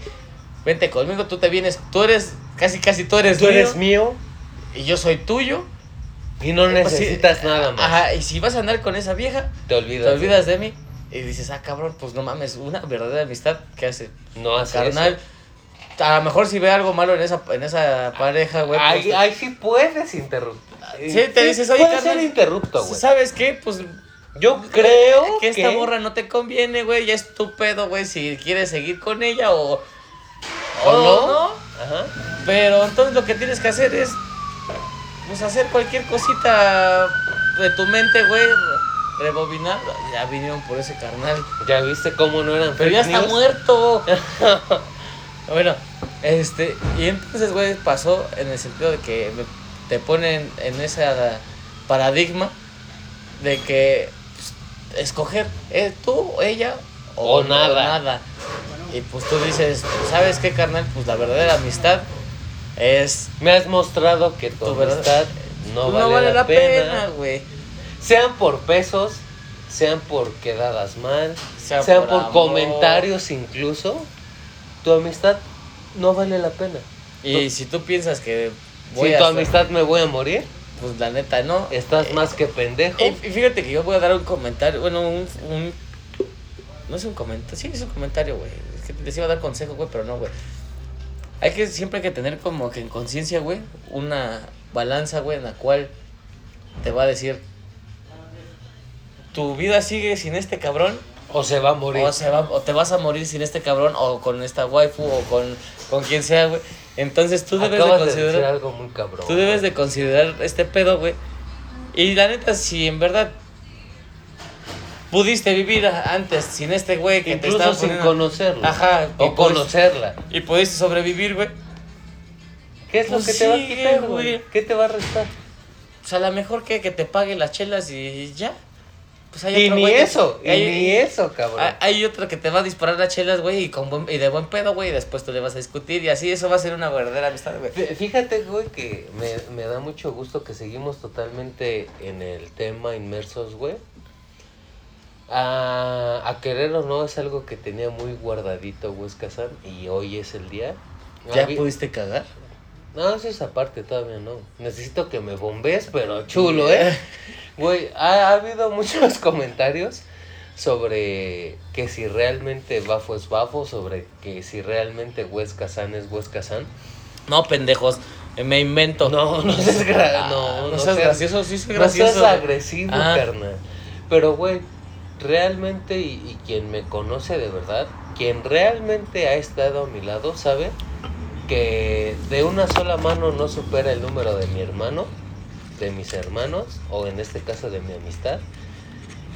S2: Vente conmigo, tú te vienes, tú eres, casi, casi tú eres,
S1: Pues Tú eres
S2: mío,
S1: mío
S2: y yo soy tuyo.
S1: y no
S2: Pues sí,
S1: necesitas nada más.
S2: Ajá, y si vas a andar con esa vieja,
S1: Te olvidas.
S2: te olvidas de mí y dices, ah, cabrón, pues no mames, una verdadera amistad, ¿qué hace?
S1: No hace
S2: Carnal,
S1: eso.
S2: a lo mejor si ve algo malo en esa, en esa pareja, güey.
S1: ahí,
S2: pues,
S1: ahí sí puedes interruptar.
S2: Sí, te dices, oye,
S1: Puedes
S2: carnal,
S1: ser interrupto, güey.
S2: ¿Sabes qué? Pues
S1: Yo creo
S2: que esta morra no te conviene, güey, ya es tu pedo, güey, si quieres seguir con ella o,
S1: ¿O
S2: o
S1: no?
S2: no.
S1: Ajá.
S2: Pero entonces lo que tienes que hacer es pues hacer cualquier cosita de tu mente, güey, re- rebobinar. Ya vinieron por ese carnal.
S1: Ya viste cómo no eran
S2: Pero ya
S1: fake
S2: está
S1: news?
S2: muerto. [LAUGHS] bueno, este, y entonces, güey, pasó en el sentido de que me- te ponen en ese paradigma de que pues, escoger eh, tú, ella
S1: O nada.
S2: Y pues tú dices, ¿sabes qué, carnal? Pues la verdadera amistad es.
S1: Me has mostrado que tu,
S2: Tu verdad-
S1: amistad no,
S2: No
S1: vale, la, pena.
S2: pena, güey.
S1: Sean por pesos, sean por quedadas mal,
S2: Sea
S1: sean
S2: por
S1: por,
S2: amor.
S1: comentarios incluso, tu amistad no vale la pena.
S2: Y si tú piensas que.
S1: Si
S2: Voy
S1: tu
S2: a- Eh,
S1: amistad me voy a morir,
S2: Pues la neta, no.
S1: estás más que pendejo.
S2: Y y fíjate que yo voy a dar un comentario, bueno, un... un- no es un comentario, sí, es un comentario, güey. Es que les iba a dar consejo, güey, pero no, güey. Hay que, siempre hay que tener como que en conciencia, güey, una balanza, güey, en la cual te va a decir, tu vida sigue sin este cabrón,
S1: o se va a morir.
S2: o, se va, o te vas a morir sin este cabrón, o con esta waifu, o con, con quien sea, güey. Entonces tú debes
S1: Acabas
S2: de
S1: de,
S2: considerar...
S1: decir algo muy cabrón.
S2: Tú debes de considerar este pedo, güey. Y la neta, si en verdad pudiste vivir a- antes sin este güey que te
S1: Incluso
S2: estaba
S1: sin
S2: poniendo-
S1: conocerla.
S2: Ajá, y
S1: O
S2: pudiste-
S1: conocerla.
S2: Y pudiste sobrevivir, güey.
S1: ¿Qué es
S2: Pues
S1: lo que te va a
S2: sigue,
S1: quitar, güey?
S2: güey.
S1: ¿Qué te va a restar?
S2: O sea, pues a lo mejor que, que te pague las chelas y ya. Pues hay
S1: Y
S2: otro
S1: ni
S2: güey que-
S1: eso, y
S2: hay- Ah,
S1: ni eso, cabrón.
S2: hay- Hay otro que te va a disparar las chelas, güey, y, con buen- y de buen pedo, güey, y después tú le vas a discutir y así eso va a ser una verdadera amistad, güey.
S1: Fí- Fíjate, güey, que me, me da mucho gusto que seguimos totalmente en el tema inmersos, güey. A, a querer o no es algo que tenía muy guardadito, güey, Kazan, y hoy es el día.
S2: ¿Ya
S1: Habí-
S2: pudiste cagar?
S1: No, eso es aparte, todavía no. Necesito que me bombees, pero chulo, ¿eh? Güey, ha, ha habido muchos [LAUGHS] comentarios sobre que si realmente Bafo es Bafo, sobre que si realmente Huesca San es Huesca San.
S2: No, pendejos, eh, me invento.
S1: No,
S2: [LAUGHS]
S1: no seas, gra-
S2: Ah,
S1: no, no seas-
S2: seas gracioso, sí soy
S1: No
S2: gracioso.
S1: seas agresivo,
S2: Ah.
S1: carnal. Pero, güey, realmente, y, y quien me conoce de verdad, quien realmente ha estado a mi lado, sabe que de una sola mano no supera el número de mi hermano, de mis hermanos, o en este caso de mi amistad.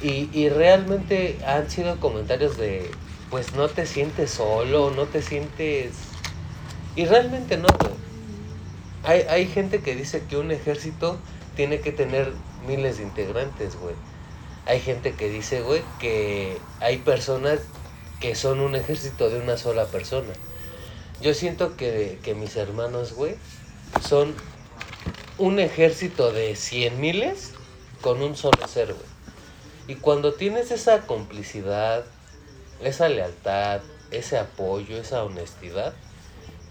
S1: Y, y realmente han sido comentarios de, pues no te sientes solo, no te sientes... Y realmente no. güey. Hay, hay gente que dice que un ejército tiene que tener miles de integrantes, güey. Hay gente que dice, güey, que hay personas que son un ejército de una sola persona. Yo siento que, que mis hermanos, güey, son un ejército de cien miles con un solo ser, güey. Y cuando tienes esa complicidad, esa lealtad, ese apoyo, esa honestidad,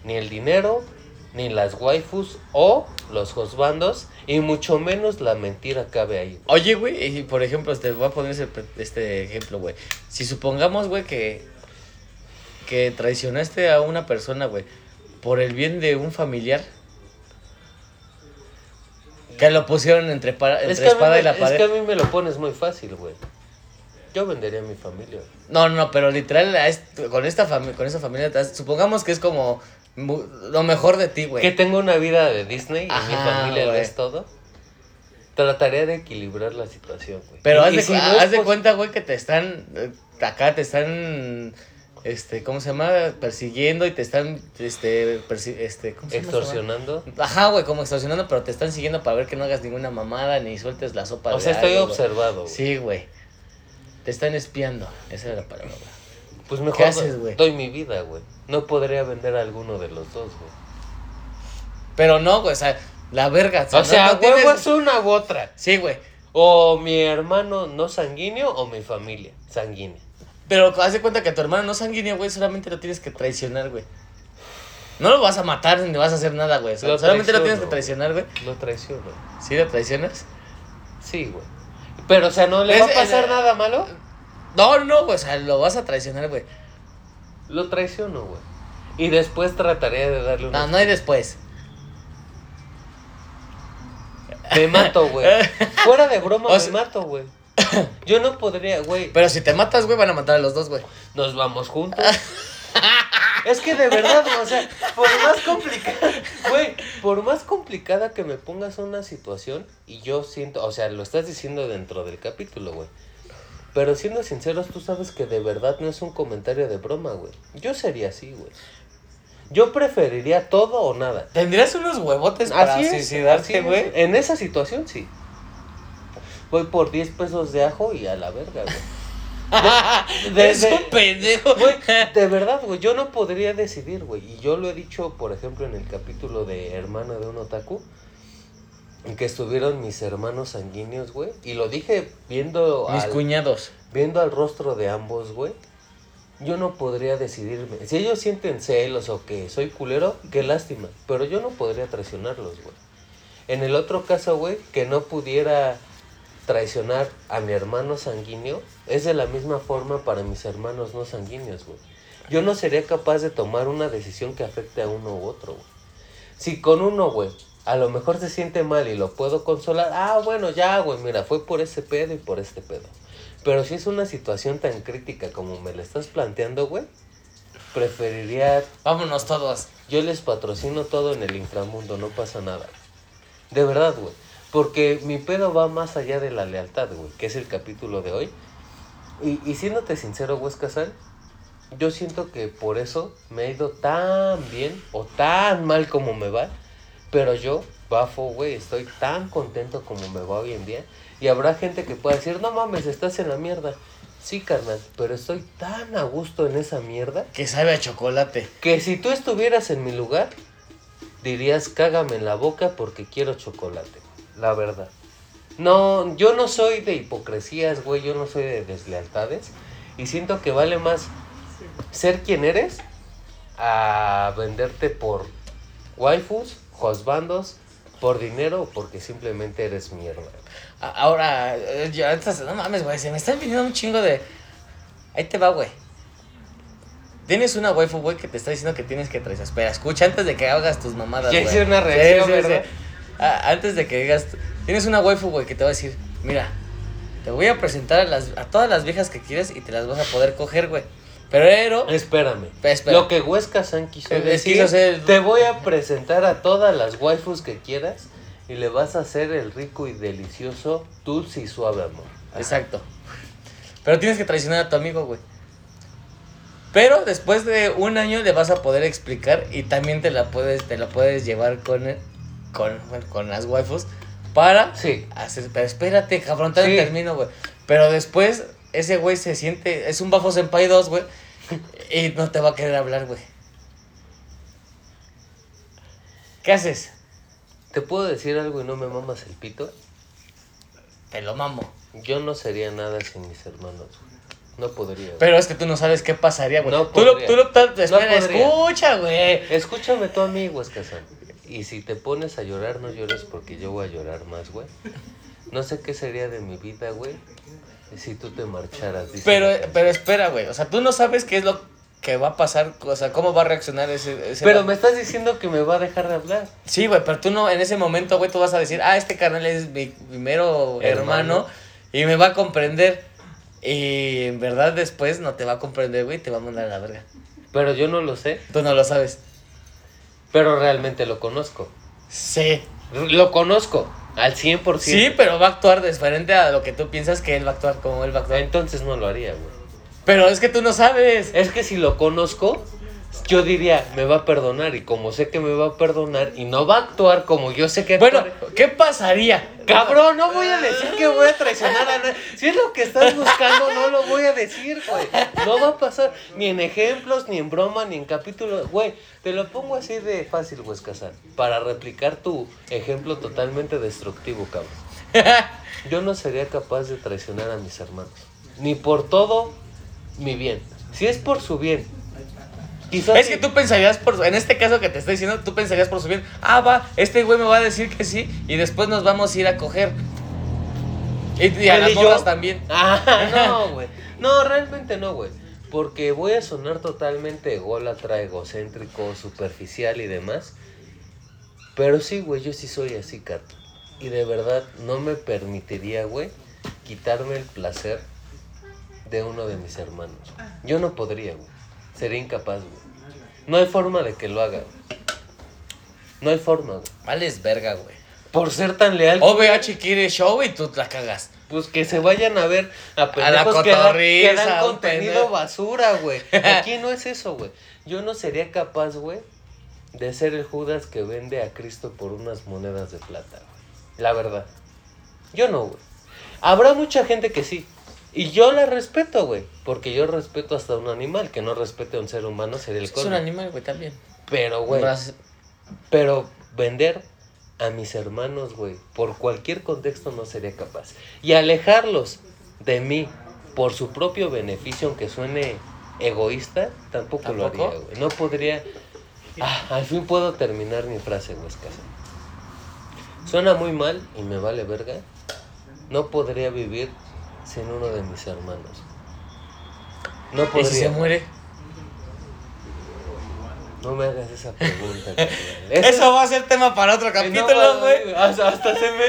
S1: ni el dinero, ni las waifus o los husbandos, y mucho menos la mentira cabe ahí.
S2: Oye, güey, y por ejemplo, te voy a poner ese pe- este ejemplo, güey. Si supongamos, güey, que, que traicionaste a una persona, güey, por el bien de un familiar. Que lo pusieron entre, para-
S1: Es que,
S2: entre
S1: a mí
S2: espada
S1: me-
S2: y la
S1: es
S2: pared.
S1: que a mí me lo pones muy fácil, güey. Yo vendería a mi familia.
S2: No, no, pero literal, a est- con, esta fami- con esa familia, te has- supongamos que es como mu- lo mejor de ti,
S1: Que
S2: güey.
S1: tengo una vida de Disney y mi
S2: Ajá,
S1: familia lo
S2: güey.
S1: es todo. Trataría de equilibrar la situación, güey.
S2: Pero
S1: Y-
S2: haz,
S1: y
S2: de,
S1: si
S2: cu-
S1: no pues
S2: haz
S1: es
S2: de
S1: pos-
S2: cuenta, güey, que te están eh, acá, te están, este, ¿cómo se llama? Persiguiendo y te están, este, persi- este, ¿cómo se llama esa
S1: Extorsionando.
S2: madre? Ajá, güey, como extorsionando, pero te están siguiendo para ver que no hagas ninguna mamada ni sueltes la sopa
S1: O
S2: de
S1: sea, estoy
S2: algo, güey.
S1: observado, güey.
S2: Sí, güey. Te están espiando. Esa era la palabra, güey.
S1: Pues mejor
S2: ¿Qué haces, güey?
S1: doy mi vida, güey. No podría vender a alguno de los dos, güey.
S2: Pero no, güey, o sea, la verga.
S1: O
S2: no-
S1: sea,
S2: no
S1: huevo
S2: tienes-
S1: es una u otra.
S2: Sí, güey.
S1: O mi hermano no sanguíneo o mi familia sanguínea.
S2: Pero haz de cuenta que a tu hermano no sanguíneo, güey, solamente lo tienes que traicionar, güey. No lo vas a matar ni le vas a hacer nada, güey. Sol-
S1: Lo
S2: solamente lo tienes
S1: traiciono,
S2: que traicionar, güey.
S1: Lo traiciono.
S2: ¿Sí lo traicionas?
S1: Sí, güey. Pero, o sea, ¿no le va a
S2: Es-
S1: pasar
S2: es-
S1: nada malo?
S2: No, no, güey. O sea, lo vas a traicionar, güey.
S1: Lo traiciono, güey. Y después trataría de darle un...
S2: Ah, No, no hay después.
S1: Me mato,
S2: [LAUGHS]
S1: güey. Fuera de broma,
S2: O
S1: me
S2: sea-
S1: mato, güey. Yo no podría, güey.
S2: Pero si te matas, güey, van a matar a los dos, güey.
S1: Nos vamos juntos.
S2: [LAUGHS]
S1: es que de verdad, o sea, por más complicada, güey, por más complicada que me pongas una situación, y yo siento, o sea, lo estás diciendo dentro del capítulo, güey. Pero siendo sinceros, tú sabes que de verdad no es un comentario de broma, güey. Yo sería así, güey. Yo preferiría todo o nada.
S2: Tendrías unos huevotes para
S1: Pues, Así es, así
S2: suicidarte,
S1: es.
S2: güey.
S1: En esa situación sí. Voy por 10 pesos de ajo y a la verga, güey. [LAUGHS] de-
S2: Eres
S1: de-
S2: un pendejo.
S1: Güey, de verdad, güey, yo no podría decidir, güey. Y yo lo he dicho, por ejemplo, en el capítulo de Hermana de un Otaku, en que estuvieron mis hermanos sanguíneos, güey. Y lo dije viendo
S2: [LAUGHS] Mis
S1: al-
S2: cuñados.
S1: viendo al rostro de ambos, güey, yo no podría decidirme. Si ellos sienten celos o que soy culero, qué lástima. Pero yo no podría traicionarlos, güey. En el otro caso, güey, que no pudiera traicionar a mi hermano sanguíneo, es de la misma forma para mis hermanos no sanguíneos, güey. Yo no sería capaz de tomar una decisión que afecte a uno u otro, güey. Si con uno, güey, a lo mejor se siente mal y lo puedo consolar, ah, bueno, ya, güey, mira, fue por ese pedo y por este pedo. Pero si es una situación tan crítica como me la estás planteando, güey, preferiría.
S2: Vámonos todos.
S1: Yo les patrocino todo en el inframundo, no pasa nada. De verdad, güey. Porque mi pedo va más allá de la lealtad, güey, que es el capítulo de hoy. Y, y siéndote sincero, güey, Casal, yo siento que por eso me ha ido tan bien o tan mal como me va. Pero yo, bafo, güey, estoy tan contento como me va hoy en día. Y habrá gente que pueda decir, no mames, estás en la mierda. Sí, carnal, pero estoy tan a gusto en esa mierda
S2: Que sabe a chocolate.
S1: que si tú estuvieras en mi lugar, dirías, cágame en la boca porque quiero chocolate. La verdad. No, yo no soy de hipocresías, güey, yo no soy de deslealtades. Y siento que vale más ser quien eres a venderte por waifus, josbandos, por dinero o porque simplemente eres mierda.
S2: A- Ahora, eh, yo antes, no mames, güey, se me están viniendo un chingo de... Ahí te va, güey. Tienes una waifu, güey, que te está diciendo que tienes que traicionar. Espera, escucha antes de que hagas tus mamadas,
S1: Ya
S2: güey.
S1: hice una reacción, ¿verdad?
S2: Ah, antes de que digas... Tienes una waifu, güey, que te va a decir, mira, te voy a presentar a, las, a todas las viejas que quieres y te las vas a poder coger, güey. Pero.
S1: Espérame.
S2: Espera.
S1: Lo que Huesca San quiso
S2: Es- es
S1: decir,
S2: quiso ser-
S1: te voy a presentar a todas las waifus que quieras y le vas a hacer el rico y delicioso dulce y suave amor.
S2: Exacto. Pero tienes que traicionar a tu amigo, güey. Pero después de un año le vas a poder explicar y también te la puedes, te la puedes llevar con, el- con, bueno, con las waifus para
S1: Sí.
S2: hacer. Pero espérate, cabrón, todavía
S1: Sí.
S2: termino, güey. Pero después ese güey se siente. Es un bafo senpai 2, güey. Y no te va a querer hablar, güey. ¿Qué haces?
S1: ¿Te puedo decir algo y no me mamas el pito?
S2: Te lo mamo.
S1: Yo no sería nada sin mis hermanos. güey. No podría. güey.
S2: Pero es que tú no sabes qué pasaría, güey.
S1: No
S2: tú lo,
S1: podría.
S2: tú lo tal-
S1: No
S2: espera,
S1: podría.
S2: escucha, güey.
S1: Escúchame tú a mí, Huesca San. Y si te pones a llorar, no llores porque yo voy a llorar más, güey. No sé qué sería de mi vida, güey. Si tú te marcharas. dice
S2: Pero,
S1: la canción.
S2: pero espera, güey. O sea, tú no sabes qué es lo que va a pasar, o sea, cómo va a reaccionar ese. ese
S1: Pero
S2: vato.
S1: me estás diciendo que me va a dejar de hablar.
S2: Sí, güey, pero tú no, en ese momento, güey, tú vas a decir, ah, este carnal es mi primero
S1: Hermano.
S2: hermano, y me va a comprender. Y en verdad después no te va a comprender, güey, y te va a mandar a la verga.
S1: Pero yo no lo sé.
S2: Tú no lo sabes.
S1: Pero realmente lo conozco.
S2: Sí.
S1: R- Lo conozco al 100%.
S2: Sí, pero va a actuar diferente a lo que tú piensas que él va a actuar como él va a actuar.
S1: Entonces no lo haría, güey.
S2: Pero es que tú no sabes.
S1: Es que si lo conozco, yo diría, me va a perdonar. Y como sé que me va a perdonar y no va a actuar como yo sé que
S2: Bueno,
S1: actuar-
S2: ¿qué pasaría?
S1: Cabrón, no voy a decir que voy a traicionar a nadie. Si es lo que estás buscando, no lo voy a decir, güey. No va a pasar ni en ejemplos, ni en broma, ni en capítulos. Güey, te lo pongo así de fácil, güey, Casar. Para replicar tu ejemplo totalmente destructivo, cabrón.
S2: [LAUGHS]
S1: Yo no sería capaz de traicionar a mis hermanos. Ni por todo mi bien. Si es por su bien. Quizás
S2: Es
S1: sí.
S2: que tú pensarías por su- en este caso que te estoy diciendo, tú pensarías por su bien, ah, va, este güey me va a decir que sí y después nos vamos a ir a coger. Y, y a
S1: Él
S2: las
S1: y yo.
S2: morras también.
S1: [LAUGHS] Ah, no, güey. No, realmente no, güey. Porque voy a sonar totalmente ególatra, egocéntrico, superficial y demás. Pero sí, güey, yo sí soy así, Cato. Y de verdad no me permitiría, güey, quitarme el placer de uno de mis hermanos. Yo no podría, güey. Sería incapaz, güey. No hay forma de que lo haga, güey. No hay forma, güey.
S2: Vales verga, güey.
S1: Por ser tan leal.
S2: OVH quiere show y tú la cagas.
S1: Pues que se vayan a ver a
S2: la
S1: pendejos que, dan- que
S2: cotorriza, a
S1: dan
S2: un
S1: contenido
S2: pendejo.
S1: basura,
S2: [LAUGHS]
S1: güey. Aquí no es eso, güey. Yo no sería capaz, güey, de ser el Judas que vende a Cristo por unas monedas de plata, güey. La verdad. Yo no, güey. Habrá mucha gente que sí. Y yo la respeto, güey. Porque yo respeto hasta un animal. Que no respete a un ser humano sería el
S2: Es un
S1: colmo.
S2: animal, güey, también.
S1: Pero, güey.
S2: Vas-
S1: Pero vender a mis hermanos, güey, por cualquier contexto no sería capaz. Y alejarlos de mí por su propio beneficio, aunque suene egoísta, tampoco, lo
S2: ¿Tampoco?
S1: haría, güey. No podría... Ah, al fin puedo terminar mi frase, güey, escasa. Suena muy mal y me vale verga. No podría vivir sin uno de mis hermanos. No
S2: Y
S1: podría.
S2: si se muere.
S1: No me hagas esa pregunta. carnal. Esa
S2: Eso,
S1: es-
S2: va a ser tema para otro capítulo,
S1: no,
S2: güey.
S1: Hasta, hasta se me.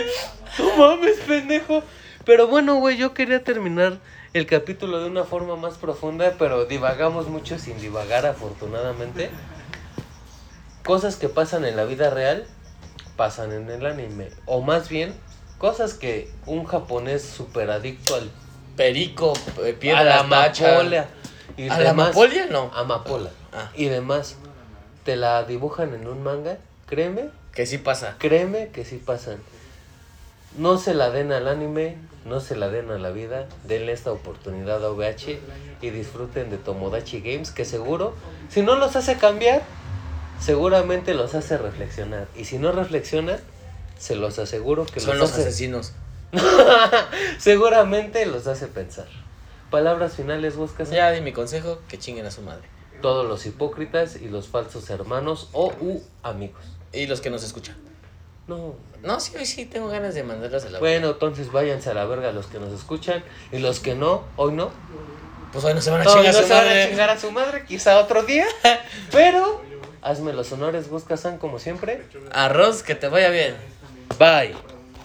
S1: No mames, pendejo. Pero bueno, güey, yo quería terminar el capítulo de una forma más profunda, pero divagamos mucho sin divagar, afortunadamente. Cosas que pasan en la vida real pasan en el anime. O más bien, cosas que un japonés super adicto al,
S2: Perico,
S1: a
S2: eh,
S1: la
S2: piedra, macha.
S1: amapola. Y
S2: ¿A la
S1: demás-
S2: amapolia? No.
S1: Amapola.
S2: Ah.
S1: Y demás. Te la dibujan en un manga, créeme,
S2: Que sí pasa.
S1: Créeme que sí pasan. No se la den al anime, no se la den a la vida. Denle esta oportunidad a OVH y disfruten de Tomodachi Games, que seguro, si no los hace cambiar, seguramente los hace reflexionar. Y si no reflexionan, se los aseguro que
S2: Son los
S1: hace-
S2: asesinos.
S1: seguramente los hace pensar. Palabras finales, buscas
S2: Ya di mi consejo, que chinguen a su madre.
S1: todos los hipócritas y los falsos hermanos o u amigos.
S2: Y los que nos escuchan.
S1: No,
S2: No, sí, hoy sí tengo ganas de mandarlas a la
S1: Bueno, entonces váyanse a la verga los que nos escuchan y los que no, hoy no.
S2: Pues hoy no se van a
S1: Hoy
S2: chingar
S1: no
S2: a su
S1: se van
S2: madre.
S1: a chingar a su madre, quizá otro día. [LAUGHS] Pero hazme los honores, busca San como siempre.
S2: Arroz, que te vaya bien.
S1: Bye.